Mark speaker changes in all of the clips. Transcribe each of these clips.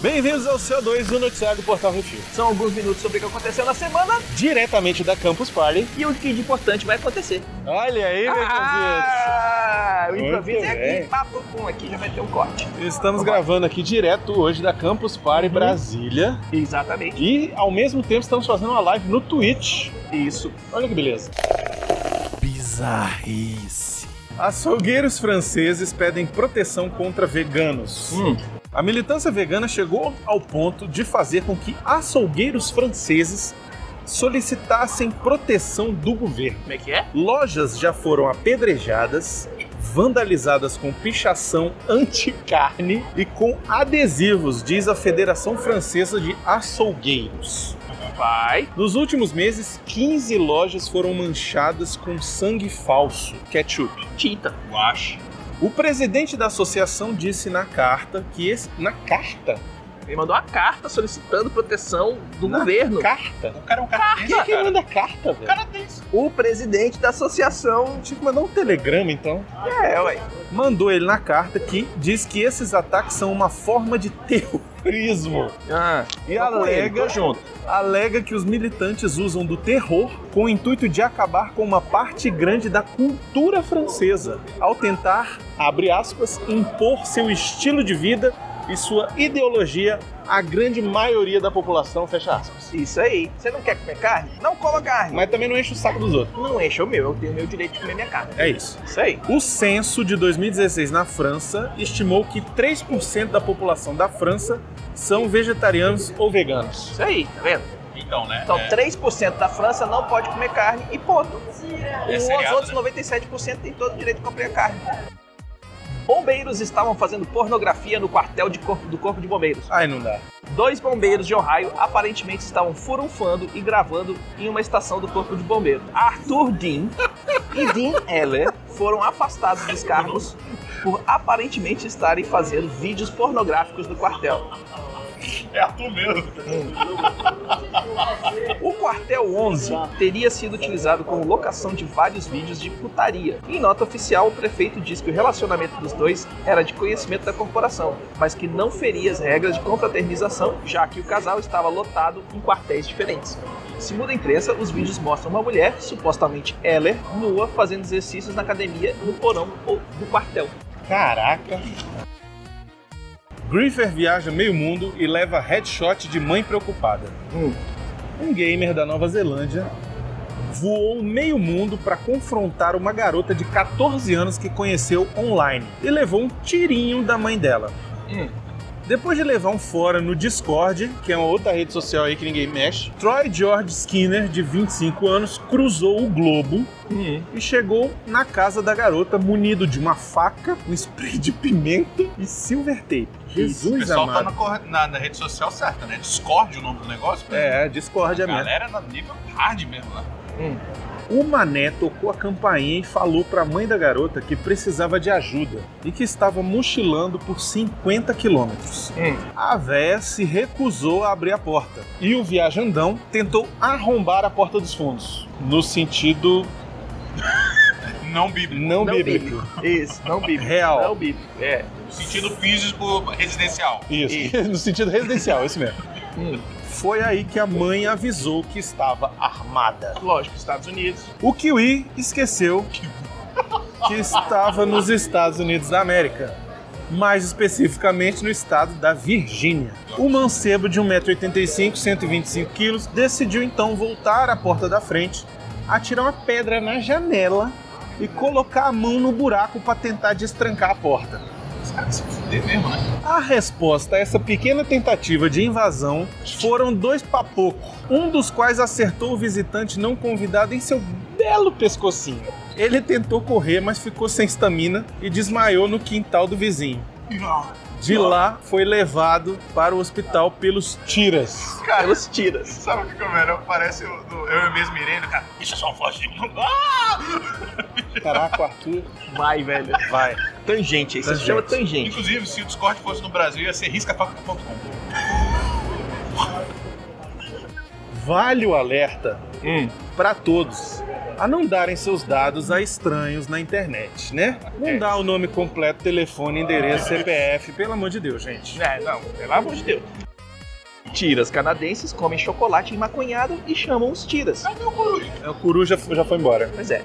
Speaker 1: Bem-vindos ao CO2 do noticiário do Portal Refil.
Speaker 2: São alguns minutos sobre o que aconteceu na semana
Speaker 1: Diretamente da Campus Party.
Speaker 2: e o que de importante vai acontecer.
Speaker 1: Olha aí, meus
Speaker 2: Ah, o
Speaker 1: Muito
Speaker 2: improviso é
Speaker 1: bem.
Speaker 2: aqui, papo pum, aqui já vai ter um corte.
Speaker 1: queridos. Estamos gravando aqui direto hoje da Campus Party Brasília.
Speaker 2: Exatamente.
Speaker 1: E, ao mesmo tempo, estamos fazendo uma live no Twitch.
Speaker 2: Isso.
Speaker 1: Olha que beleza. Bizarrice. Açougueiros franceses pedem proteção contra veganos. A militância vegana chegou ao ponto de fazer com que açougueiros franceses solicitassem proteção do governo.
Speaker 2: Como é que é?
Speaker 1: Lojas já foram apedrejadas, vandalizadas com pichação anticarne e com adesivos, diz a Federação Francesa de Açougueiros.
Speaker 2: Vai.
Speaker 1: Nos últimos meses, 15 lojas foram manchadas com sangue falso, ketchup.
Speaker 2: Tinta.
Speaker 1: Wash. O presidente da associação disse na carta que esse. Na carta?
Speaker 2: Ele mandou uma carta solicitando proteção do
Speaker 1: Na
Speaker 2: governo.
Speaker 1: Carta?
Speaker 3: O cara é um cara
Speaker 2: Carta.
Speaker 3: desse,
Speaker 1: Quem é que
Speaker 3: cara.
Speaker 1: manda carta, velho?
Speaker 3: O cara desse.
Speaker 2: O presidente da associação. tipo,
Speaker 1: Tinha que mandar um telegrama, então.
Speaker 2: É, ué.
Speaker 1: Mandou ele na carta que diz que esses ataques são uma forma de terrorismo.
Speaker 2: Ah,
Speaker 1: E
Speaker 2: Tô com ele,
Speaker 1: alega,
Speaker 2: tô junto.
Speaker 1: então. alega que os militantes usam do terror com o intuito de acabar com uma parte grande da cultura francesa, ao tentar, abre aspas, impor seu estilo de vida e sua ideologia à grande maioria da população, fecha aspas.
Speaker 2: isso aí. Você não quer comer carne? Não coma carne.
Speaker 1: Mas também não enche o saco dos outros.
Speaker 2: Não enche o meu, eu tenho meu direito de comer minha carne.
Speaker 1: É isso.
Speaker 2: Isso aí.
Speaker 1: O censo de 2016 na França estimou que 3% da população da França são vegetarianos ou veganos.
Speaker 2: Isso aí, tá vendo?
Speaker 3: Então, né?
Speaker 2: Então,
Speaker 3: é,
Speaker 2: 3% da França não pode comer carne e ponto.
Speaker 3: É
Speaker 2: Os
Speaker 3: seriado,
Speaker 2: outros 97% têm todo o direito de comprar carne. Bombeiros estavam fazendo pornografia no quartel de corpo, do Corpo de Bombeiros.
Speaker 1: Ai, não dá.
Speaker 2: Dois bombeiros de Ohio aparentemente estavam furunfando e gravando em uma estação do Corpo de Bombeiros. Arthur Dean e Dean Heller foram afastados dos cargos por aparentemente estarem fazendo vídeos pornográficos no quartel.
Speaker 3: é Arthur mesmo.
Speaker 2: O quartel 11 teria sido utilizado como locação de vários vídeos de putaria. Em nota oficial, o prefeito diz que o relacionamento dos dois era de conhecimento da corporação, mas que não feria as regras de confraternização, já que o casal estava lotado em quartéis diferentes. Segundo a imprensa, os vídeos mostram uma mulher, supostamente Heller, nua, fazendo exercícios na academia, no porão ou do quartel.
Speaker 1: Caraca. Griefer viaja meio mundo e leva headshot de mãe preocupada. Um gamer da Nova Zelândia voou meio mundo para confrontar uma garota de 14 anos que conheceu online e levou um tirinho da mãe dela.
Speaker 2: Hum.
Speaker 1: Depois de levar um fora no Discord, que é uma outra rede social aí que ninguém mexe, Troy George Skinner, de 25 anos, cruzou o globo e chegou na casa da garota munido de uma faca, um spray de pimenta e silver tape.
Speaker 3: O
Speaker 2: é
Speaker 1: Jesus
Speaker 3: pessoal tá
Speaker 1: amado.
Speaker 3: na, cor- na- na rede social certa, né? Discord o nome do negócio. né?
Speaker 1: É, discórdia
Speaker 3: A
Speaker 1: mesmo.
Speaker 3: galera na nível hard mesmo lá.
Speaker 1: O mané tocou a campainha e falou pra mãe da garota que precisava de ajuda e que estava mochilando por 50 quilômetros.
Speaker 2: Hum.
Speaker 1: A véia se recusou a abrir a porta e o viajandão tentou arrombar a porta dos fundos, no sentido
Speaker 3: Não bíblico.
Speaker 1: não,
Speaker 2: Não
Speaker 1: bíblico.
Speaker 2: Isso, não bíblico.
Speaker 1: Real.
Speaker 2: Não bíblico, é.
Speaker 3: Sentido físico residencial.
Speaker 1: Isso, no sentido residencial, isso mesmo.
Speaker 2: Hum.
Speaker 1: Foi aí que a mãe avisou que estava armada.
Speaker 2: Lógico, Estados Unidos.
Speaker 1: O Kiwi esqueceu que estava nos Estados Unidos da América, mais especificamente no estado da Virgínia. O mancebo de 1,85m, 125kg, decidiu então voltar à porta da frente, atirar uma pedra na janela e colocar a mão no buraco para tentar destrancar a porta.
Speaker 3: Os caras se fuder mesmo, né?
Speaker 1: A resposta a essa pequena tentativa de invasão foram dois papocos, um dos quais acertou o visitante não convidado em seu belo pescocinho. Ele tentou correr, mas ficou sem estamina e desmaiou no quintal do vizinho. De lá, foi levado para o hospital pelos tiras.
Speaker 2: Cara, os tiras.
Speaker 3: Sabe o que que é o melhor? Parece o do eu mesmo irei, cara. Isso é só um flash.
Speaker 1: Caraca, Arthur.
Speaker 2: Vai, velho.
Speaker 1: Vai.
Speaker 2: Tangente, isso se
Speaker 1: Tangente.
Speaker 2: chama tangente.
Speaker 3: Inclusive, se o Discord fosse no Brasil, ia ser riscafaca.com.
Speaker 2: Hum.
Speaker 1: Vale o alerta para todos.
Speaker 3: a não darem seus dados a estranhos na internet, né? Não dá o nome completo, telefone, endereço, CPF, pelo amor de Deus, gente.
Speaker 4: É, não, pelo amor de Deus.
Speaker 2: Tiras canadenses comem chocolate emmaconhado e chamam os tiras.
Speaker 4: Cadê o coruja?
Speaker 3: É, O Curu já, já foi embora.
Speaker 2: Pois é.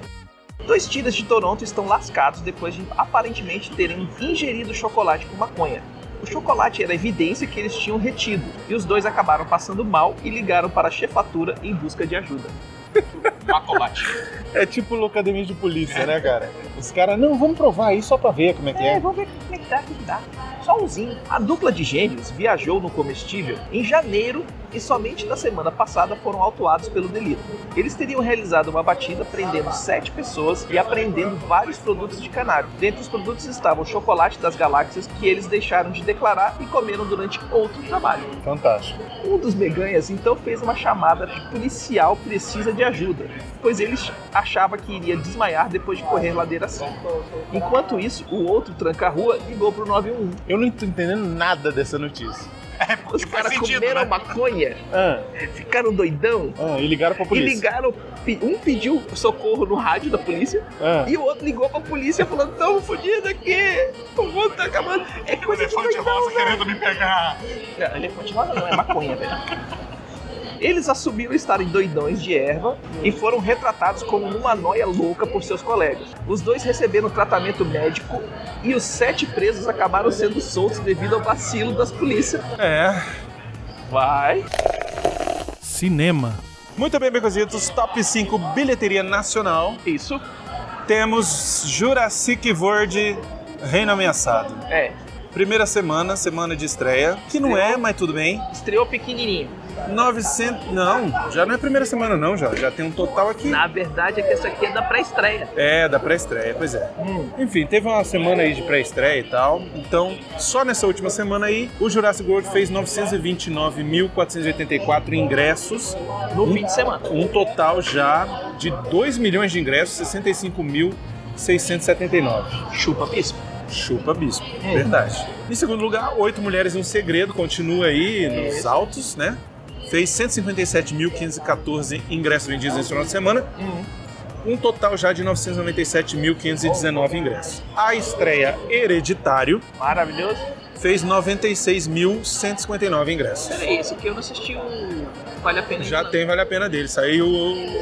Speaker 2: Dois tiras de Toronto estão lascados depois de aparentemente terem ingerido chocolate com maconha. O chocolate era a evidência que eles tinham retido, e os dois acabaram passando mal e ligaram para a chefatura em busca de ajuda.
Speaker 4: Macolate.
Speaker 3: É tipo locademia de polícia, né, cara? Os caras, não, vamos provar aí só pra ver como é que
Speaker 2: É,
Speaker 3: é.
Speaker 2: vamos ver como é que dá, o que que dá. Só umzinho. A dupla de gênios viajou no comestível em janeiro e somente na semana passada foram autuados pelo delito. Eles teriam realizado uma batida prendendo sete pessoas e apreendendo vários produtos de cannabis. Dentre os produtos estava o chocolate das galáxias que eles deixaram de declarar e comeram durante outro trabalho.
Speaker 3: Fantástico.
Speaker 2: Um dos meganhas então fez uma chamada de policial precisa de ajuda, pois ele achava que iria desmaiar depois de correr ladeira acima. Enquanto isso, o outro tranca-rua ligou pro 911.
Speaker 3: Eu não tô entendendo nada dessa notícia.
Speaker 2: Os
Speaker 4: faz
Speaker 2: caras
Speaker 4: sentido,
Speaker 2: comeram
Speaker 4: né?
Speaker 2: maconha,
Speaker 3: Ah,
Speaker 2: ficaram doidão
Speaker 3: ah, e ligaram pra
Speaker 2: e
Speaker 3: polícia.
Speaker 2: ligaram. pe- Um pediu socorro no rádio da polícia
Speaker 3: Ah.
Speaker 2: e o outro ligou pra polícia falando: Tamo fudido aqui, o mundo tá acabando. É
Speaker 4: O
Speaker 2: coisa de
Speaker 4: elefante
Speaker 2: doidão,
Speaker 4: rosa querendo me pegar.
Speaker 2: Não, elefante rosa não, é maconha, velho. Eles assumiram estarem doidões de erva e foram retratados como numa noia louca por seus colegas. Os dois receberam tratamento médico e os sete presos acabaram sendo soltos devido ao vacilo das polícias.
Speaker 3: É.
Speaker 2: Vai!
Speaker 3: Cinema. Muito bem, Becositos. Top 5 bilheteria nacional.
Speaker 2: Isso
Speaker 3: Temos Jurassic World Reino Ameaçado.
Speaker 2: é.
Speaker 3: Primeira semana, semana de estreia. Que não é, mas tudo bem.
Speaker 2: Estreou pequenininho.
Speaker 3: 900. Não, já não é primeira semana, não, já. Já tem um total aqui.
Speaker 2: Na verdade é que essa aqui é da pré-estreia.
Speaker 3: É, da pré-estreia, pois é.
Speaker 2: Hum,
Speaker 3: Enfim, teve uma semana aí de pré-estreia e tal. Então, só nessa última semana aí, o Jurassic World fez 929.484 ingressos.
Speaker 2: No fim de semana.
Speaker 3: Um total já de 2 milhões de ingressos, 65.679.
Speaker 2: Chupa bispo.
Speaker 3: Chupa bispo,
Speaker 2: É.
Speaker 3: verdade. Em segundo lugar, Oito Mulheres e um Segredo continua aí nos
Speaker 2: Isso.
Speaker 3: altos, né? Fez 157.514 ingressos vendidos nesse final de semana
Speaker 2: Hum,
Speaker 3: um total já de 997.519 ingressos. A estreia Hereditário
Speaker 2: Maravilhoso.
Speaker 3: fez 96.159 ingressos.
Speaker 2: Peraí, esse aqui eu não assisti o. Vale a pena
Speaker 3: Já
Speaker 2: não.
Speaker 3: tem, vale a pena dele. Saiu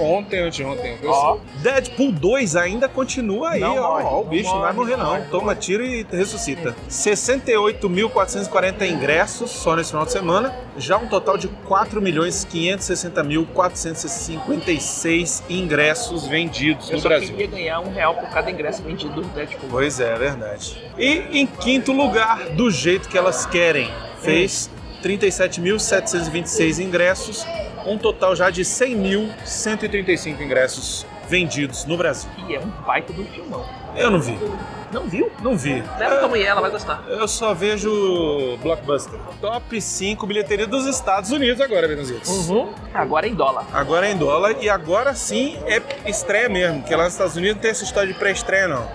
Speaker 3: ontem, anteontem. coisa
Speaker 2: Ó.
Speaker 3: assim. Deadpool 2 ainda continua aí.
Speaker 2: Não
Speaker 3: ó,
Speaker 2: morre,
Speaker 3: ó, o
Speaker 2: não
Speaker 3: bicho não vai
Speaker 2: morre,
Speaker 3: morrer, não.
Speaker 2: não morre.
Speaker 3: Toma tiro e ressuscita. 68.440 ingressos só nesse final de semana. Já um total de 4.560.456 ingressos vendidos
Speaker 2: Eu
Speaker 3: no
Speaker 2: só
Speaker 3: Brasil.
Speaker 2: queria ganhar um real por cada ingresso vendido né, tipo, do Deadpool.
Speaker 3: Pois é, é verdade. E em quinto lugar, do jeito que elas querem, fez 37.726 ingressos, um total já de 100.135 ingressos vendidos no Brasil.
Speaker 2: E é um baita do filmão.
Speaker 3: Eu não vi,
Speaker 2: Não viu?
Speaker 3: não vi.
Speaker 2: Leva tua mulher, ela vai gostar.
Speaker 3: Eu só vejo blockbuster. Top 5 bilheteria dos Estados Unidos agora, Benzitos.
Speaker 4: Uhum.
Speaker 2: Agora em dólar.
Speaker 3: Agora é em dólar e agora sim é estreia mesmo, porque lá nos Estados Unidos não tem essa história de pré-estreia não.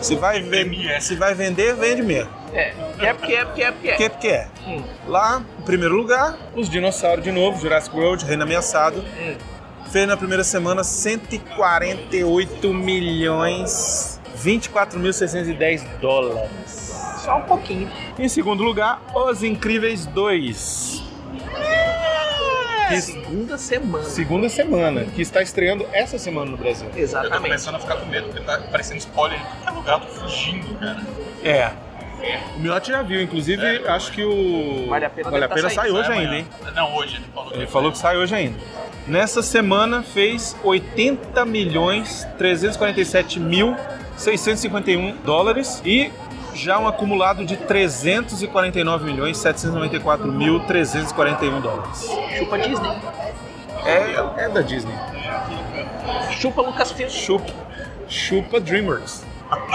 Speaker 3: Se vai, ver, se vai vender, vende mesmo.
Speaker 2: É. É porque é, porque é, porque é.
Speaker 3: Que porque é?
Speaker 2: Hum.
Speaker 3: Lá, em primeiro lugar, os dinossauros de novo, Jurassic World, Reino Ameaçado. Fez na primeira semana 148 milhões 24.610 dólares.
Speaker 2: Só um pouquinho.
Speaker 3: Em segundo lugar, Os Incríveis 2.
Speaker 4: É.
Speaker 3: Que-
Speaker 2: É, Segunda semana.
Speaker 3: segunda semana, que está estreando essa semana no Brasil.
Speaker 4: Eu tô
Speaker 2: Exatamente.
Speaker 4: começando a ficar com medo, porque tá parecendo spoiler em qualquer lugar, eu tô fugindo, cara.
Speaker 3: É. O Miotti já viu, inclusive, acho que o.
Speaker 2: É. Vale a Pena
Speaker 3: vale a
Speaker 2: deve tá
Speaker 3: pena
Speaker 2: saindo,
Speaker 3: sai hoje
Speaker 4: Sai
Speaker 3: ainda,
Speaker 4: amanhã.
Speaker 3: hein?
Speaker 4: Não, hoje ele falou.
Speaker 3: Ele falou que sai hoje ainda. Nessa semana fez 80 milhões 347 mil 651 dólares e já um acumulado de 349 milhões 794 mil 341 dólares.
Speaker 2: Chupa Disney.
Speaker 3: É, é da Disney.
Speaker 2: Chupa Lucasfilm.
Speaker 3: Chupa, chupa Dreamers.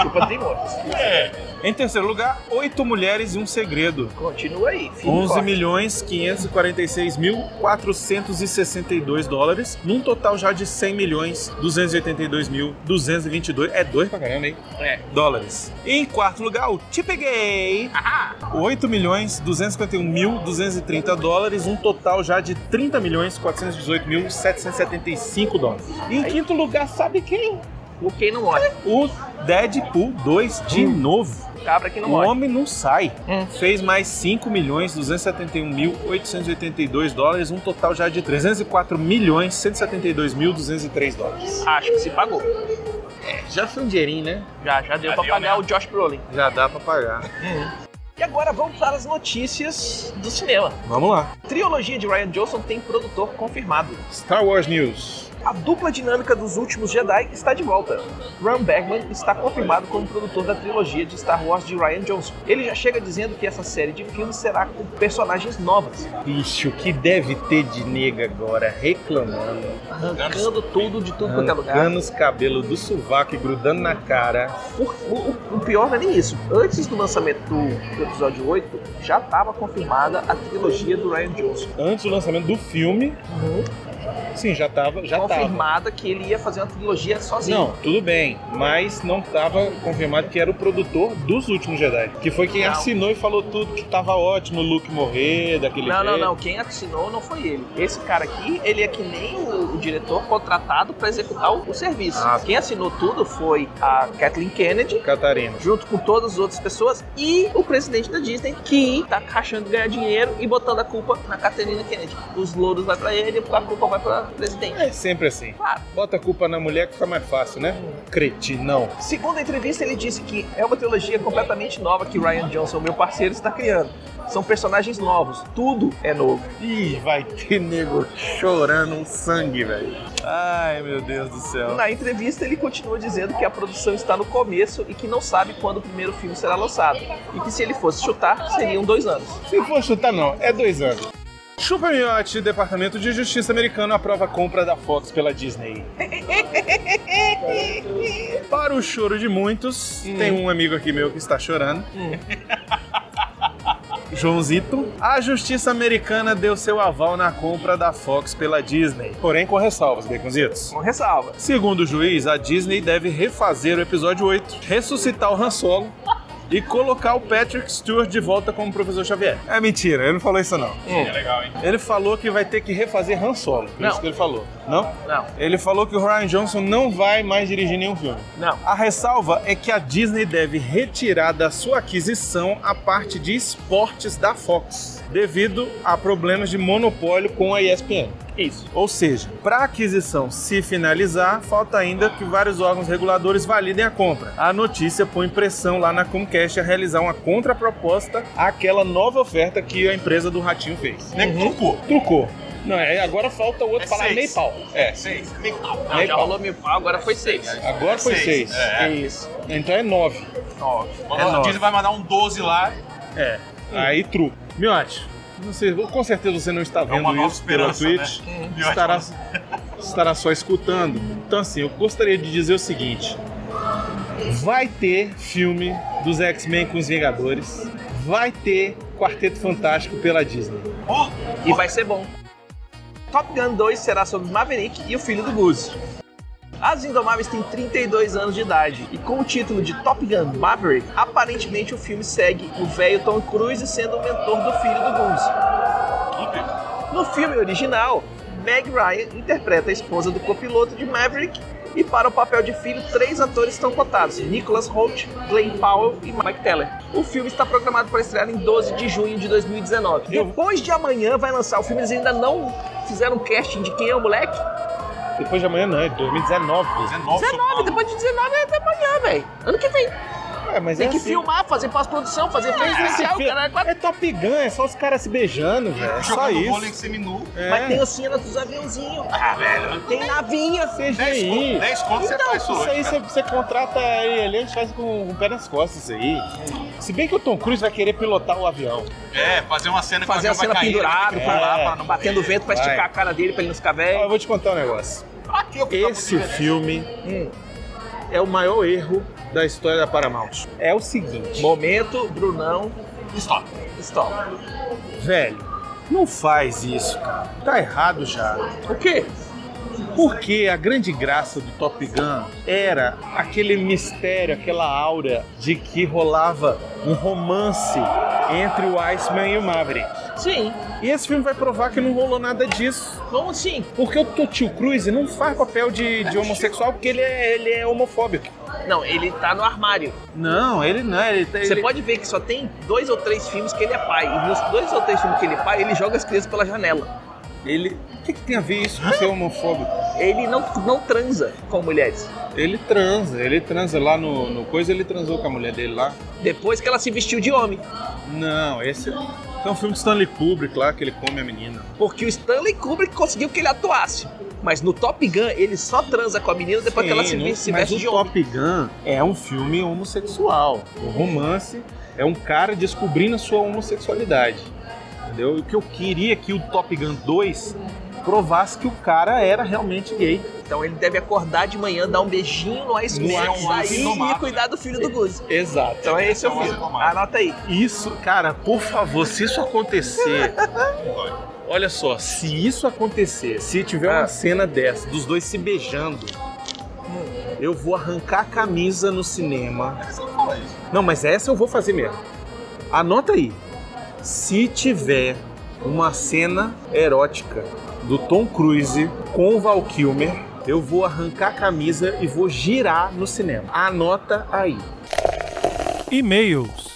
Speaker 2: Chupa Dreamworks.
Speaker 4: É.
Speaker 3: Em terceiro lugar, Oito Mulheres e um Segredo.
Speaker 2: Continua aí. firme e
Speaker 3: 11
Speaker 2: forte.
Speaker 3: milhões 546 mil 462 dólares, num total já de 100 milhões 282 mil 222, é dois pra caramba, hein?
Speaker 2: É.
Speaker 3: Dólares. E em quarto lugar, o Te Peguei, 8 milhões 251 mil 230 dólares, um total já de 30 milhões 418 mil 775 dólares. E em quinto lugar, sabe quem?
Speaker 2: O quem não morre.
Speaker 3: O Deadpool 2 de novo.
Speaker 2: Cabra que não
Speaker 3: O
Speaker 2: morre.
Speaker 3: Um homem não sai.
Speaker 2: Hum.
Speaker 3: Fez mais 5 milhões 271 mil 882 dólares, um total já de 304 milhões 172 mil 203 dólares.
Speaker 2: Acho que se pagou.
Speaker 3: Já foi um dinheirinho, né?
Speaker 2: Já, já deu
Speaker 4: Já
Speaker 2: pra
Speaker 4: deu
Speaker 2: pagar
Speaker 4: mesmo.
Speaker 2: o Josh Brolin.
Speaker 3: Já dá pra pagar.
Speaker 2: E agora vamos para as notícias do cinema.
Speaker 3: Vamos lá.
Speaker 2: Trilogia de Ryan Johnson tem produtor confirmado.
Speaker 3: Star Wars News.
Speaker 2: A dupla dinâmica dos últimos Jedi está de volta. Ron Bergman está confirmado como produtor da trilogia de Star Wars de Ryan Johnson. Ele já chega dizendo que essa série de filmes será com personagens novas,
Speaker 3: Bicho, que deve ter de nega agora reclamando,
Speaker 2: arrancando tudo de tudo quanto é lugar.
Speaker 3: arrancando os cabelos do sovaco e grudando na cara.
Speaker 2: O, o- o pior não é nem isso. Antes do lançamento do, do episódio 8, já estava confirmada a trilogia do Ryan Johnson.
Speaker 3: Antes do lançamento do filme, sim, já tava, já tava.
Speaker 2: confirmada que ele ia fazer uma trilogia sozinho.
Speaker 3: Não, tudo bem, mas não estava confirmado que era o produtor dos últimos Jedi, que foi quem
Speaker 2: Não.
Speaker 3: assinou e falou tudo que tava ótimo, o Luke morrer daquele
Speaker 2: Não, não,
Speaker 3: jeito.
Speaker 2: não. Quem assinou não foi ele. Esse cara aqui, ele é que nem o, o diretor contratado para executar o, o serviço.
Speaker 3: Ah.
Speaker 2: Quem assinou tudo foi a Kathleen Kennedy,
Speaker 3: Catarina.
Speaker 2: junto com todas as outras pessoas, e o presidente da Disney, que tá rachando ganhar dinheiro e botando a culpa na Kathleen Kennedy. Os louros vai pra ele, a culpa vai pra presidente.
Speaker 3: É sempre assim.
Speaker 2: Claro.
Speaker 3: Bota a culpa na mulher que fica mais fácil, né? Cretinão.
Speaker 2: Segundo a entrevista, ele disse que é uma trilogia completamente nova que Ryan Johnson, meu parceiro, está criando. São personagens novos, tudo é novo.
Speaker 3: Ih, vai ter nego chorando um sangue, velho. Ai, meu Deus do céu.
Speaker 2: Na entrevista, ele continua dizendo que a produção está no começo e que não sabe quando o primeiro filme será lançado. E que se ele fosse chutar, seriam dois anos.
Speaker 3: Se for chutar, não. É dois anos. Chupa Miotti, Departamento de Justiça americano aprova a compra da Fox pela Disney. Para o choro de muitos, tem um amigo aqui meu que está chorando. Joãozito, a justiça americana deu seu aval na compra da Fox pela Disney. Porém, com ressalvas, Baconzitos.
Speaker 2: Com ressalva.
Speaker 3: Segundo o juiz, a Disney deve refazer o episódio 8, ressuscitar o Han Solo e colocar o Patrick Stewart de volta como professor Xavier. É mentira, ele não falou isso não.
Speaker 4: É legal, hein?
Speaker 3: Ele falou que vai ter que refazer Han Solo, foi
Speaker 2: Não.
Speaker 3: isso que ele falou. Não?
Speaker 2: Não,
Speaker 3: Ele falou que o Ryan Johnson não vai mais dirigir nenhum filme.
Speaker 2: não.
Speaker 3: A ressalva é que a Disney deve retirar da sua aquisição a parte de esportes da Fox, devido a problemas de monopólio com a ESPN.
Speaker 2: Isso.
Speaker 3: Ou seja, para a aquisição se finalizar, falta ainda que vários órgãos reguladores validem a compra. A notícia põe pressão lá na Comcast a realizar uma contraproposta àquela nova oferta que a empresa do Ratinho fez. Né?
Speaker 2: Uhum.
Speaker 3: Trucou. Trucou. Não, é, agora falta o outro
Speaker 4: É
Speaker 3: falar
Speaker 4: seis.
Speaker 3: meio pau. É.
Speaker 4: Seis. Meio pau.
Speaker 2: Não,
Speaker 3: Aí,
Speaker 2: já
Speaker 3: pau.
Speaker 2: rolou mil pau, agora foi seis.
Speaker 3: Agora foi
Speaker 4: Seis.
Speaker 3: seis.
Speaker 4: É.
Speaker 2: Isso.
Speaker 3: Então é nove.
Speaker 2: Nove.
Speaker 3: É
Speaker 4: O
Speaker 3: nove.
Speaker 4: Disney vai mandar um 12 lá.
Speaker 3: É. Aí truco. Miote, não sei, com certeza você não está vendo
Speaker 4: Hum. É uma nova
Speaker 3: isso pela
Speaker 4: esperança,
Speaker 3: Twitch.
Speaker 4: né? Hum.
Speaker 3: Estará, estará só escutando. Então assim, eu gostaria de dizer o seguinte. Vai ter filme dos X-Men com os Vingadores. Vai ter Quarteto Fantástico pela Disney.
Speaker 4: Pô,
Speaker 2: E vai ser bom. Top Gun 2 será sobre Maverick e o filho do Goose. As Indomáveis têm 32 anos de idade e com o título de Top Gun Maverick, aparentemente o filme segue o velho Tom Cruise sendo o mentor do filho do Goose. No filme original, Meg Ryan interpreta a esposa do copiloto de Maverick e para o papel de filho, três atores estão cotados, Nicholas Holt, Glenn Powell e Mike Teller. O filme está programado para estrear em 12 de junho de 2019.
Speaker 3: Eu-
Speaker 2: Depois de amanhã vai lançar o filme, eles ainda não fizeram um casting de quem é o moleque.
Speaker 3: Depois de amanhã não, é 2019.
Speaker 4: 19,
Speaker 2: 19, depois de 19 é até amanhã, velho. Ano que vem.
Speaker 3: É, mas
Speaker 2: Tem
Speaker 3: é
Speaker 2: que
Speaker 3: assim.
Speaker 2: filmar, fazer pós-produção, fazer efeito especial,
Speaker 3: Esse fi-
Speaker 2: caralho. quatro.
Speaker 3: É Top Gun, é só os caras se beijando, velho. É só
Speaker 4: Jogando
Speaker 3: isso.
Speaker 4: vôlei seminu.
Speaker 3: É.
Speaker 2: Mas tem a cena dos aviãozinhos.
Speaker 4: Ah, velho.
Speaker 2: Tem navinha.
Speaker 3: CGI.
Speaker 4: 10 conto, 10 conto você
Speaker 3: Então,
Speaker 4: faz
Speaker 3: isso
Speaker 4: hoje.
Speaker 3: aí você, você contrata aí, ele antes faz com o pé nas costas isso aí. Se bem que o Tom Cruise vai querer pilotar o avião.
Speaker 4: É, fazer uma cena que
Speaker 2: Fazer
Speaker 4: o
Speaker 2: a
Speaker 4: avião vai
Speaker 2: cena
Speaker 4: cair,
Speaker 2: pendurada
Speaker 3: né?
Speaker 2: pra lá,
Speaker 3: É.
Speaker 2: pra não batendo vento, pra
Speaker 3: Vai.
Speaker 2: esticar a cara dele, pra ele não ficar
Speaker 3: Ó, eu
Speaker 2: velho.
Speaker 3: vou te contar um negócio.
Speaker 4: Pra que eu ficar
Speaker 3: Esse
Speaker 4: muito diferente?
Speaker 3: filme, é o maior erro da história da Paramount. É o seguinte,
Speaker 2: Momento, Brunão,
Speaker 4: Stop.
Speaker 2: stop.
Speaker 3: velho, não faz isso, cara. Tá errado já.
Speaker 2: O quê?
Speaker 3: Porque a grande graça do Top Gun era aquele mistério, aquela aura de que rolava um romance entre o Iceman e o Maverick.
Speaker 2: Sim.
Speaker 3: E esse filme vai provar que não rolou nada disso.
Speaker 2: Como assim?
Speaker 3: Porque o Tio Cruz não faz papel de, de homossexual porque ele é, ele é homofóbico.
Speaker 2: Não, ele tá no armário.
Speaker 3: Não, ele não. é, Ele,
Speaker 2: Você pode ver que só tem dois ou três filmes que ele é pai. E nos dois ou três filmes que ele é pai, ele joga as crianças pela janela.
Speaker 3: ele O que, que tem a ver isso com ser homofóbico?
Speaker 2: Ele não, não transa com mulheres.
Speaker 3: Ele transa. Ele transa lá no, no coisa, ele transou com a mulher dele lá.
Speaker 2: Depois que ela se vestiu de homem.
Speaker 3: Não, esse é um filme de Stanley Kubrick lá, que ele come a menina.
Speaker 2: Porque o Stanley Kubrick conseguiu que ele atuasse. Mas no Top Gun, ele só transa com a menina depois que ela Tipo se,
Speaker 3: Sim,
Speaker 2: ve- se
Speaker 3: né? mas
Speaker 2: veste
Speaker 3: o
Speaker 2: de homem.
Speaker 3: Top Gun é um filme homossexual. O romance é um cara descobrindo a sua homossexualidade. Entendeu? E o que eu queria que o Top Gun 2 provasse que o cara era realmente gay.
Speaker 2: Então ele deve acordar de manhã, dar um beijinho no Ice
Speaker 3: No
Speaker 2: Man,
Speaker 3: Ice
Speaker 2: sair
Speaker 4: Man.
Speaker 2: e cuidar do filho do Guzi.
Speaker 3: Exato.
Speaker 2: Então é esse o
Speaker 4: Então,
Speaker 2: filme.
Speaker 4: vamos tomar.
Speaker 2: Anota aí.
Speaker 3: Isso, cara, por favor, se isso acontecer. Olha só, se isso acontecer, se tiver
Speaker 2: Ah.
Speaker 3: uma cena dessa, dos dois se beijando, eu vou arrancar a camisa no cinema.
Speaker 4: Você não fala isso.
Speaker 3: Não, mas essa eu vou fazer mesmo. Anota aí. Se tiver uma cena erótica do Tom Cruise com o Val Kilmer, eu vou arrancar a camisa e vou girar no cinema. Anota aí. E-mails.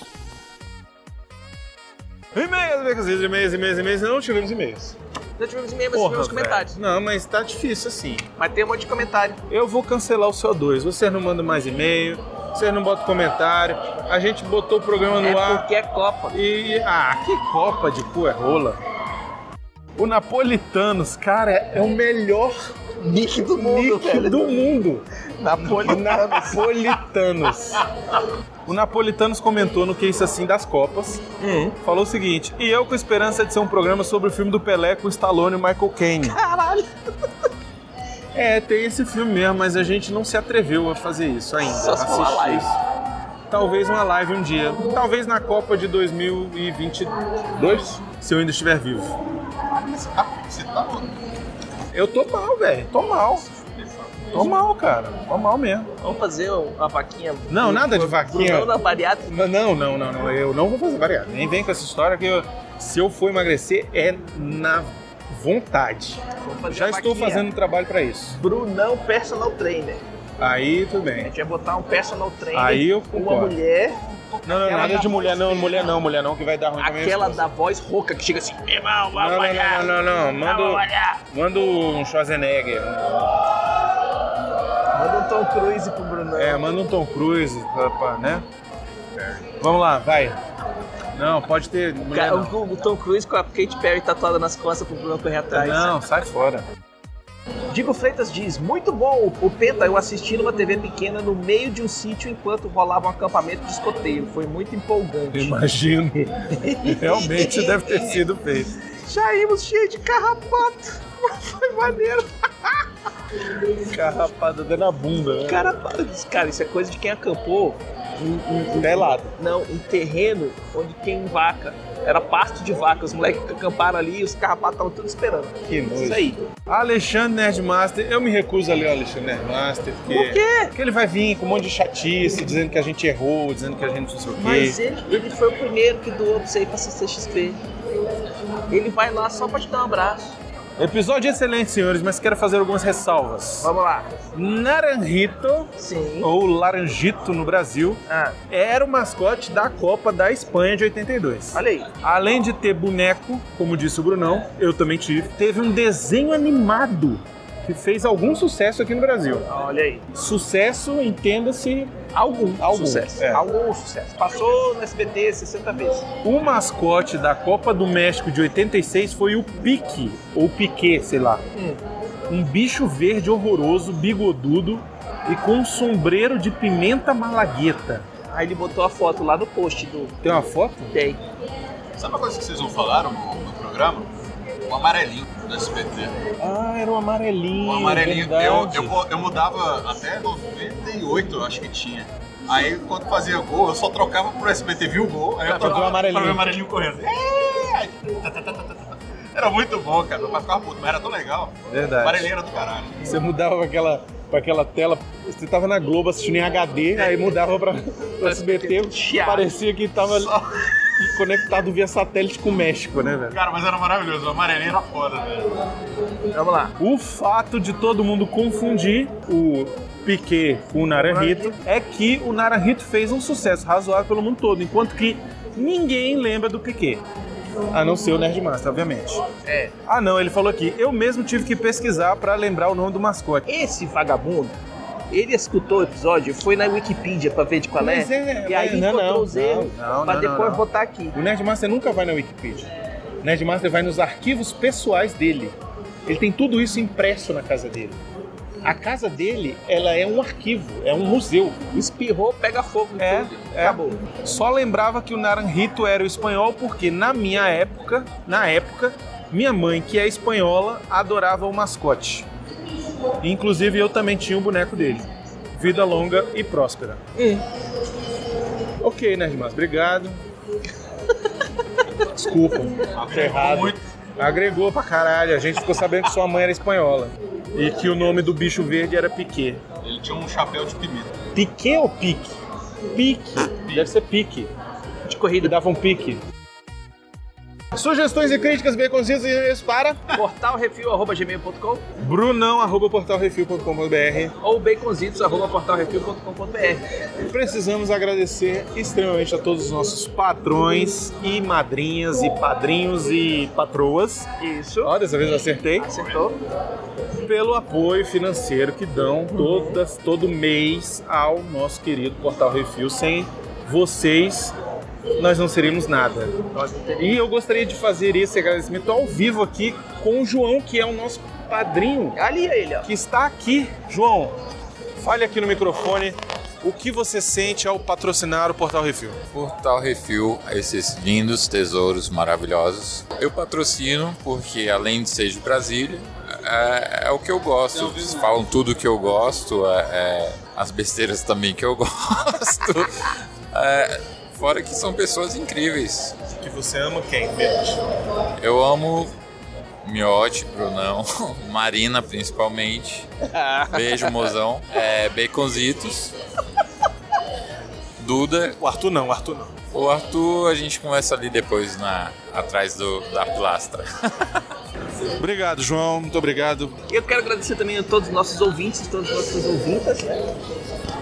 Speaker 3: E-mails, e-mails, e-mails, e-mails, e-mails. Não tivemos e-mails.
Speaker 2: Não tivemos e-mail, mas
Speaker 3: Porra,
Speaker 2: tivemos comentários.
Speaker 3: velho. Não, mas tá difícil assim.
Speaker 2: Mas tem um monte de comentário.
Speaker 3: Eu vou cancelar o CO2. Vocês não mandam mais e-mail, vocês não botam comentário. A gente botou o programa no
Speaker 2: É
Speaker 3: ar.
Speaker 2: porque é Copa.
Speaker 3: E ah, que copa de cu é rola. O Napolitanos, cara, é o melhor
Speaker 2: Nick do
Speaker 3: nick do mundo.
Speaker 2: Napolitano.
Speaker 3: Napolitanos. O Napolitanos comentou no que isso assim das copas. Falou o seguinte: "E eu com esperança de ser um programa sobre o filme do Pelé com Stallone e Michael Caine".
Speaker 2: Caralho.
Speaker 3: É, tem esse filme mesmo, mas a gente não se atreveu a fazer isso ainda.
Speaker 2: Só se for uma
Speaker 3: assistir
Speaker 2: live.
Speaker 3: Talvez uma live um dia. Talvez na Copa de 2022, se eu ainda estiver vivo.
Speaker 4: Você tá, você tá louco.
Speaker 3: Eu tô mal, velho. Tô mal. Tô mal, cara. Tô mal mesmo.
Speaker 2: Vamos fazer um, uma vaquinha.
Speaker 3: Não, nada de
Speaker 2: Brunão
Speaker 3: vaquinha.
Speaker 2: na bariátrica.
Speaker 3: Não, não, não, não. não. Eu não vou fazer variado. Nem vem com essa história que eu- se eu for emagrecer é na vontade.
Speaker 2: Vamos fazer
Speaker 3: Já
Speaker 2: uma
Speaker 3: estou
Speaker 2: vaquinha.
Speaker 3: fazendo um trabalho pra isso.
Speaker 2: Brunão personal trainer.
Speaker 3: Aí, tudo
Speaker 2: A
Speaker 3: bem.
Speaker 2: gente vai botar um personal trainer.
Speaker 3: Aí eu
Speaker 2: uma
Speaker 3: concordo.
Speaker 2: mulher,
Speaker 3: Não, não,
Speaker 2: Aquela
Speaker 3: nada
Speaker 2: da
Speaker 3: de mulher não, mulher não, mulher não, que vai dar ruim também.
Speaker 2: aquela da voz rouca que chega assim, meu irmão,
Speaker 3: Não,
Speaker 2: vamos
Speaker 3: não,
Speaker 2: olhar.
Speaker 3: não, não, não.
Speaker 2: Vamos
Speaker 3: Manda,
Speaker 2: olhar.
Speaker 3: manda um Schwarzenegger.
Speaker 2: Manda um Tom Cruise pro Brunão.
Speaker 3: É, manda um Tom Cruise, pra- pra- né? Vamos lá, vai. Não, pode ter mulher
Speaker 2: Cara,
Speaker 3: não.
Speaker 2: o, o Tom Cruise com a Kate Perry tatuada nas costas pro Bruno correr atrás.
Speaker 3: Não, sai fora.
Speaker 2: Digo Freitas diz, muito bom, o Penta eu assisti numa TV pequena no meio de um sítio enquanto rolava um acampamento de escoteiro, foi muito empolgante.
Speaker 3: Imagino. Realmente deve ter sido feito.
Speaker 2: Saímos cheio de carrapato, foi maneiro.
Speaker 3: Carrapada dando a bunda, né?
Speaker 2: Cara, cara, isso é coisa de quem acampou em, em-
Speaker 3: Pelado.
Speaker 2: não, em terreno onde tem vaca, era pasto de vaca, os moleques acamparam ali e os carrapatos estavam tudo esperando.
Speaker 3: Que nojo.
Speaker 2: Isso aí.
Speaker 3: Alexandre Nerdmaster, eu me recuso a ler o Alexandre Nerdmaster, porque,
Speaker 2: Por quê?
Speaker 3: porque ele vai vir com um monte de chatice, dizendo que a gente errou, dizendo que a gente não sei o quê.
Speaker 2: Mas ele, ele foi o primeiro que doou pra você ir pra CCXP. Ele vai lá só pra te dar um abraço.
Speaker 3: Episódio excelente, senhores, mas quero fazer algumas ressalvas.
Speaker 2: Vamos lá.
Speaker 3: Naranjito,
Speaker 2: Sim.
Speaker 3: ou Laranjito no Brasil,
Speaker 2: Ah,
Speaker 3: era o mascote da Copa da Espanha de 82.
Speaker 2: olha aí.
Speaker 3: Além de ter boneco, como disse o Brunão, eu também tive, teve um desenho animado que fez algum sucesso aqui no Brasil.
Speaker 2: Olha aí.
Speaker 3: Sucesso, entenda-se, algum. algum.
Speaker 2: Sucesso.
Speaker 3: É.
Speaker 2: Algum sucesso. Passou no SBT 60 vezes.
Speaker 3: O mascote da Copa do México de 86 foi o Pique, ou Piquet, sei lá.
Speaker 2: Hum.
Speaker 3: Um bicho verde horroroso, bigodudo e com um sombreiro de pimenta malagueta.
Speaker 2: Aí ele botou a foto lá no post do
Speaker 3: Tem uma foto?
Speaker 2: Tem.
Speaker 4: Sabe uma coisa que vocês não falaram no, no programa? O amarelinho do SBT.
Speaker 3: Ah, era o amarelinho.
Speaker 4: O Um amarelinho, eu,
Speaker 3: verdade.
Speaker 4: eu, co- eu mudava até 98, eu acho que tinha. Aí quando fazia gol, eu só trocava pro SBT, viu o gol, aí eu
Speaker 3: É, Pra ver o
Speaker 4: trocava
Speaker 3: amarelinho.
Speaker 4: pra ver o amarelinho correndo. É! Aí, tá, tá, tá, tá, tá. Era muito bom, cara. Eu ficava puto, mas era tão legal.
Speaker 3: Verdade.
Speaker 4: Amarelinho era do caralho.
Speaker 3: Você mudava pra aquela, pra aquela tela. Você tava na Globo assistindo em HD, aí mudava pra, pra SBT.
Speaker 2: Chiado.
Speaker 3: Parecia que tava
Speaker 4: Só-
Speaker 3: conectado via satélite com o México, né, velho?
Speaker 4: Cara, mas era maravilhoso. O amarelinho era foda, velho.
Speaker 2: Vamos lá.
Speaker 3: O fato de todo mundo confundir o Piquet com o Naranjito é que o Naranjito fez um sucesso razoável pelo mundo todo, enquanto que ninguém lembra do Piquet. A não ser o Nerdmaster, obviamente.
Speaker 2: É.
Speaker 3: Ah, não, ele falou aqui. Eu mesmo tive que pesquisar pra lembrar o nome do mascote.
Speaker 2: Esse vagabundo, ele escutou o episódio, foi na Wikipedia pra ver de qual é.
Speaker 3: Mas é,
Speaker 2: e
Speaker 3: mas
Speaker 2: aí
Speaker 3: não,
Speaker 2: encontrou
Speaker 3: não,
Speaker 2: os erros
Speaker 3: não, não,
Speaker 2: pra
Speaker 3: não,
Speaker 2: depois
Speaker 3: não.
Speaker 2: botar aqui.
Speaker 3: O Nerdmaster nunca vai na Wikipedia. O Nerdmaster vai nos arquivos pessoais dele. Ele tem tudo isso impresso na casa dele. A casa dele, ela é um arquivo, é um museu.
Speaker 2: Espirrou, pega fogo em
Speaker 3: É,
Speaker 2: tudo.
Speaker 3: é.
Speaker 2: Acabou.
Speaker 3: Só lembrava que o Naranjito era o espanhol porque na minha época, na época, minha mãe, que é espanhola, adorava o mascote. Inclusive eu também tinha o boneco dele. Vida longa e próspera. Hum. Ok, Nerdmas, obrigado. Desculpa, ferrado.
Speaker 4: muito.
Speaker 3: Agregou pra caralho. A gente ficou sabendo que sua mãe era espanhola. E que o nome do bicho verde era Piquet.
Speaker 4: Ele tinha um chapéu de pimenta.
Speaker 3: Piquet ou Pique? Pique. Deve ser Pique.
Speaker 2: De
Speaker 3: Ele
Speaker 2: corrida.
Speaker 3: dava um pique. Sugestões e críticas baconzitas e e-mails para
Speaker 2: portalrefil.gmail.com
Speaker 3: brunão.portalrefil.com.br
Speaker 2: ou baconzitos.portalrefil.com.br
Speaker 3: Precisamos agradecer extremamente a todos os nossos patrões e madrinhas e padrinhos e patroas.
Speaker 2: Isso.
Speaker 3: Ó, dessa vez eu acertei.
Speaker 2: Acertou.
Speaker 3: Pelo apoio financeiro que dão todas, todo mês ao nosso querido Portal Refil. Sem vocês, nós não seríamos nada.
Speaker 2: Nós não teríamos-
Speaker 3: E eu gostaria de fazer esse agradecimento ao vivo aqui com o João, que é o nosso padrinho,
Speaker 2: Ali é ele, ó.
Speaker 3: que está aqui. João, fale aqui no microfone o que você sente ao patrocinar o Portal Refil.
Speaker 5: Portal Refil, esses lindos tesouros maravilhosos. Eu patrocino porque, além de ser de Brasília, é, é o que eu gosto. Eles falam tudo que eu gosto, é- é, as besteiras também que eu gosto. É, fora que são pessoas incríveis.
Speaker 3: Que você ama quem?
Speaker 5: Eu amo Miote, Brunão, Marina principalmente. Beijo, mozão. É, baconzitos. Duda,
Speaker 3: O Arthur não, o Arthur não.
Speaker 5: o Arthur, a gente conversa ali depois na atrás do, da plastra.
Speaker 3: Obrigado, João. Muito obrigado.
Speaker 2: Eu quero agradecer também a todos os nossos ouvintes, todas as nossas ouvintas, né?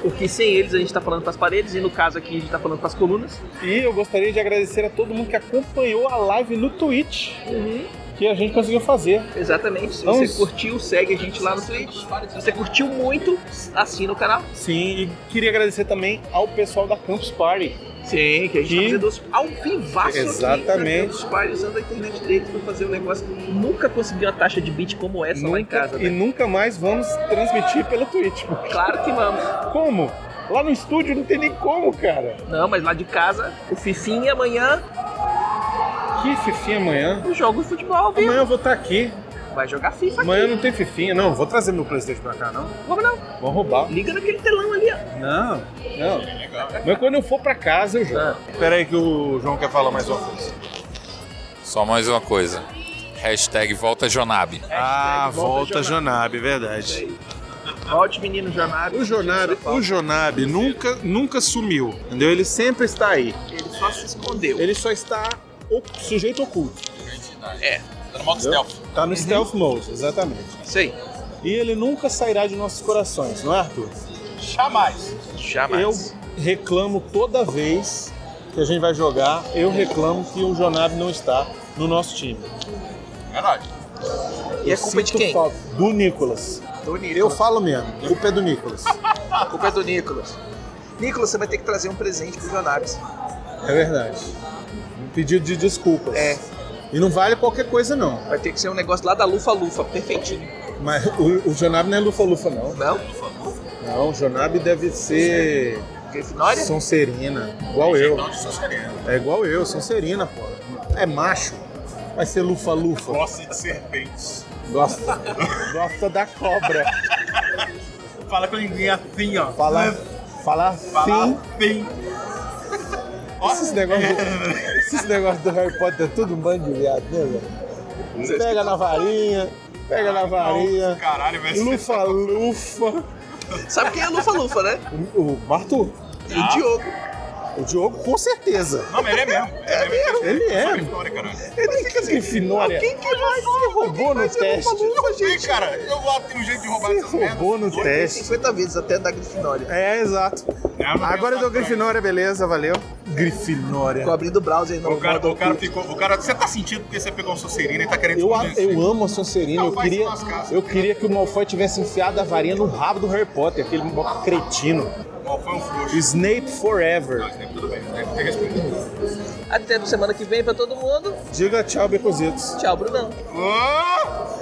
Speaker 2: porque sem eles a gente tá falando pras paredes e no caso aqui a gente tá falando pras colunas.
Speaker 3: E eu gostaria de agradecer a todo mundo que acompanhou a live no Twitch que a gente conseguiu fazer.
Speaker 2: Exatamente. Se
Speaker 3: Vamos.
Speaker 2: você curtiu, segue a gente lá no Twitch. Se você curtiu muito, assina o canal.
Speaker 3: Sim, e queria agradecer também ao pessoal da Campus Party.
Speaker 2: Sim, que a gente
Speaker 3: E-
Speaker 2: tá fazendo os- ao vivaço
Speaker 3: Exatamente.
Speaker 2: aqui. né? Os pais usando a internet deles pra fazer um negócio. Nunca conseguiu uma taxa de bit como essa lá em
Speaker 3: Nunca-
Speaker 2: casa.
Speaker 3: e
Speaker 2: né?
Speaker 3: nunca mais vamos transmitir pelo Twitch.
Speaker 2: Claro que vamos.
Speaker 3: Como? Lá no estúdio não tem nem como, cara.
Speaker 2: Não, mas lá de casa, o Fifinha amanhã
Speaker 3: Que fifinha amanhã?
Speaker 2: eu jogo futebol, viu?
Speaker 3: Amanhã eu vou estar aqui.
Speaker 2: Vai jogar FIFA Tá aqui.
Speaker 3: Amanhã não tem fifinha. Não, vou trazer meu Playstation pra cá, não.
Speaker 2: Vamos não.
Speaker 3: Vão roubar.
Speaker 2: Liga naquele telão ali, ó.
Speaker 3: Não, não. Mas quando eu for pra casa, eu jogo.
Speaker 2: Ah.
Speaker 3: Pera aí que o João quer falar mais uma coisa.
Speaker 5: Só mais uma coisa. Hashtag volta Jonab.
Speaker 3: Ah,
Speaker 2: volta
Speaker 3: volta
Speaker 2: Jonab.
Speaker 3: Jonab, verdade.
Speaker 2: Volte, menino Jornado.
Speaker 3: O Jonab, o Jonab nunca, nunca sumiu, entendeu? Ele sempre está aí.
Speaker 2: Ele só se escondeu.
Speaker 3: Ele só está o- sujeito oculto.
Speaker 2: É,
Speaker 4: Era modo stealth.
Speaker 3: Tá no stealth mode, exatamente.
Speaker 2: Isso aí.
Speaker 3: E ele nunca sairá de nossos corações, não é, Arthur?
Speaker 4: Jamais.
Speaker 2: Jamais.
Speaker 3: Eu reclamo toda vez que a gente vai jogar, eu reclamo que o Jonab não está no nosso time.
Speaker 4: Verdade.
Speaker 2: E é
Speaker 3: Eu
Speaker 2: culpa de
Speaker 3: sinto
Speaker 2: quem?
Speaker 3: falta. Do Nicolas.
Speaker 2: Do Nicolas.
Speaker 3: Eu falo mesmo, a culpa é do Nicolas.
Speaker 2: A culpa é do Nicolas. Nicolas, você vai ter que trazer um presente pro Jonabs.
Speaker 3: É verdade. Um pedido de desculpas.
Speaker 2: É.
Speaker 3: E não vale qualquer coisa, não.
Speaker 2: Vai ter que ser um negócio lá da Lufa-Lufa, perfeitinho.
Speaker 3: Mas o, o Jonab não é lufa-lufa, não.
Speaker 2: Não?
Speaker 3: Não, o Jonab deve ser
Speaker 2: Grifinória?
Speaker 4: é
Speaker 3: Sonserina. Igual eu.
Speaker 4: Então, de Sonserina.
Speaker 3: É igual eu, Sonserina, pô. É macho. Vai ser lufa-lufa.
Speaker 4: Gosta de serpentes.
Speaker 3: Gosta, gosta da cobra.
Speaker 4: Fala com ninguém assim, ó.
Speaker 3: Falar, falar
Speaker 4: Fala assim.
Speaker 3: sim.
Speaker 4: sim.
Speaker 3: Esses negócios do, esses negócios do Harry Potter é tudo um bando de viado, né, velho? Você pega na varinha, pega na varinha,
Speaker 4: Caralho, vai ser.
Speaker 3: lufa-lufa.
Speaker 2: Sabe quem é Lufa Lufa, né?
Speaker 3: O o Arthur,
Speaker 2: E o Diogo.
Speaker 3: o Diogo, com certeza.
Speaker 4: Não, mas ele é mesmo. Ele é mesmo.
Speaker 3: Ele é.
Speaker 4: Sabe a história, caralho.
Speaker 3: Ele fica assim, Finória.
Speaker 2: Quem que mais?
Speaker 3: Você roubou no teste.
Speaker 2: Lufa,
Speaker 4: Ih,
Speaker 2: gente.
Speaker 4: cara, eu vou ter um jeito de roubar
Speaker 3: Você
Speaker 4: essas merdas.
Speaker 3: roubou no
Speaker 4: Dois.
Speaker 3: teste.
Speaker 2: 50 vezes até da Grifinória.
Speaker 3: É, exato.
Speaker 4: Não, não
Speaker 3: Agora eu
Speaker 4: tem
Speaker 3: dou
Speaker 4: essa história.
Speaker 3: Grifinória, beleza, valeu. Grifinória.
Speaker 2: Tô abrindo o browser no
Speaker 4: O cara, o cara ficou. O cara, você tá sentindo porque você pegou um Sonserina e tá querendo
Speaker 3: Eu, a-
Speaker 4: esconder
Speaker 3: eu
Speaker 4: isso.
Speaker 3: amo a Sonserina, eu
Speaker 4: Não, vai se
Speaker 3: queria,
Speaker 4: lascar.
Speaker 3: eu queria que o Malfoy tivesse enfiado a varinha no rabo do Harry Potter, aquele mó cretino.
Speaker 4: Bom, foi um frouxo.
Speaker 3: Snape forever.
Speaker 4: Mas, né, Tudo bem, deve ter respeito.
Speaker 2: Até semana que vem pra todo mundo.
Speaker 3: Diga tchau, Becositos.
Speaker 2: Tchau, Brunão.
Speaker 4: Ah!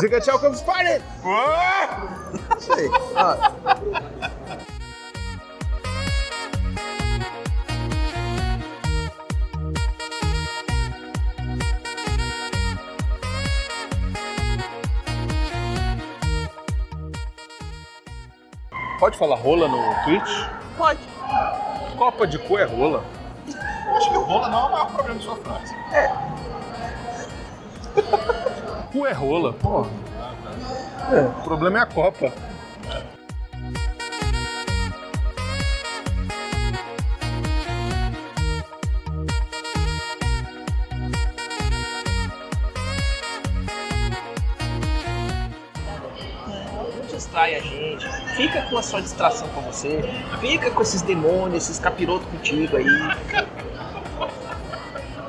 Speaker 3: Diga tchau, Campus Party!
Speaker 4: Ah!
Speaker 2: Isso aí. Ó.
Speaker 3: Pode falar rola no Twitch?
Speaker 2: Pode.
Speaker 3: Copa de cu é rola.
Speaker 4: Acho que o rola não é o maior problema de sua frase.
Speaker 3: Cu é rola, porra. É, o problema é a Copa.
Speaker 2: Não distrai a gente. Fica com a sua distração com você. Fica com esses demônios, esses capirotos contigo aí.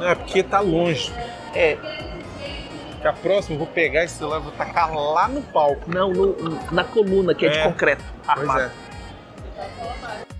Speaker 3: É, porque tá longe.
Speaker 2: É,
Speaker 3: Que a próxima eu vou pegar esse celular e vou tacar lá no palco.
Speaker 2: não, no- na coluna que é, de
Speaker 3: É.
Speaker 2: concreto.
Speaker 3: Pois
Speaker 2: Armado.
Speaker 3: é.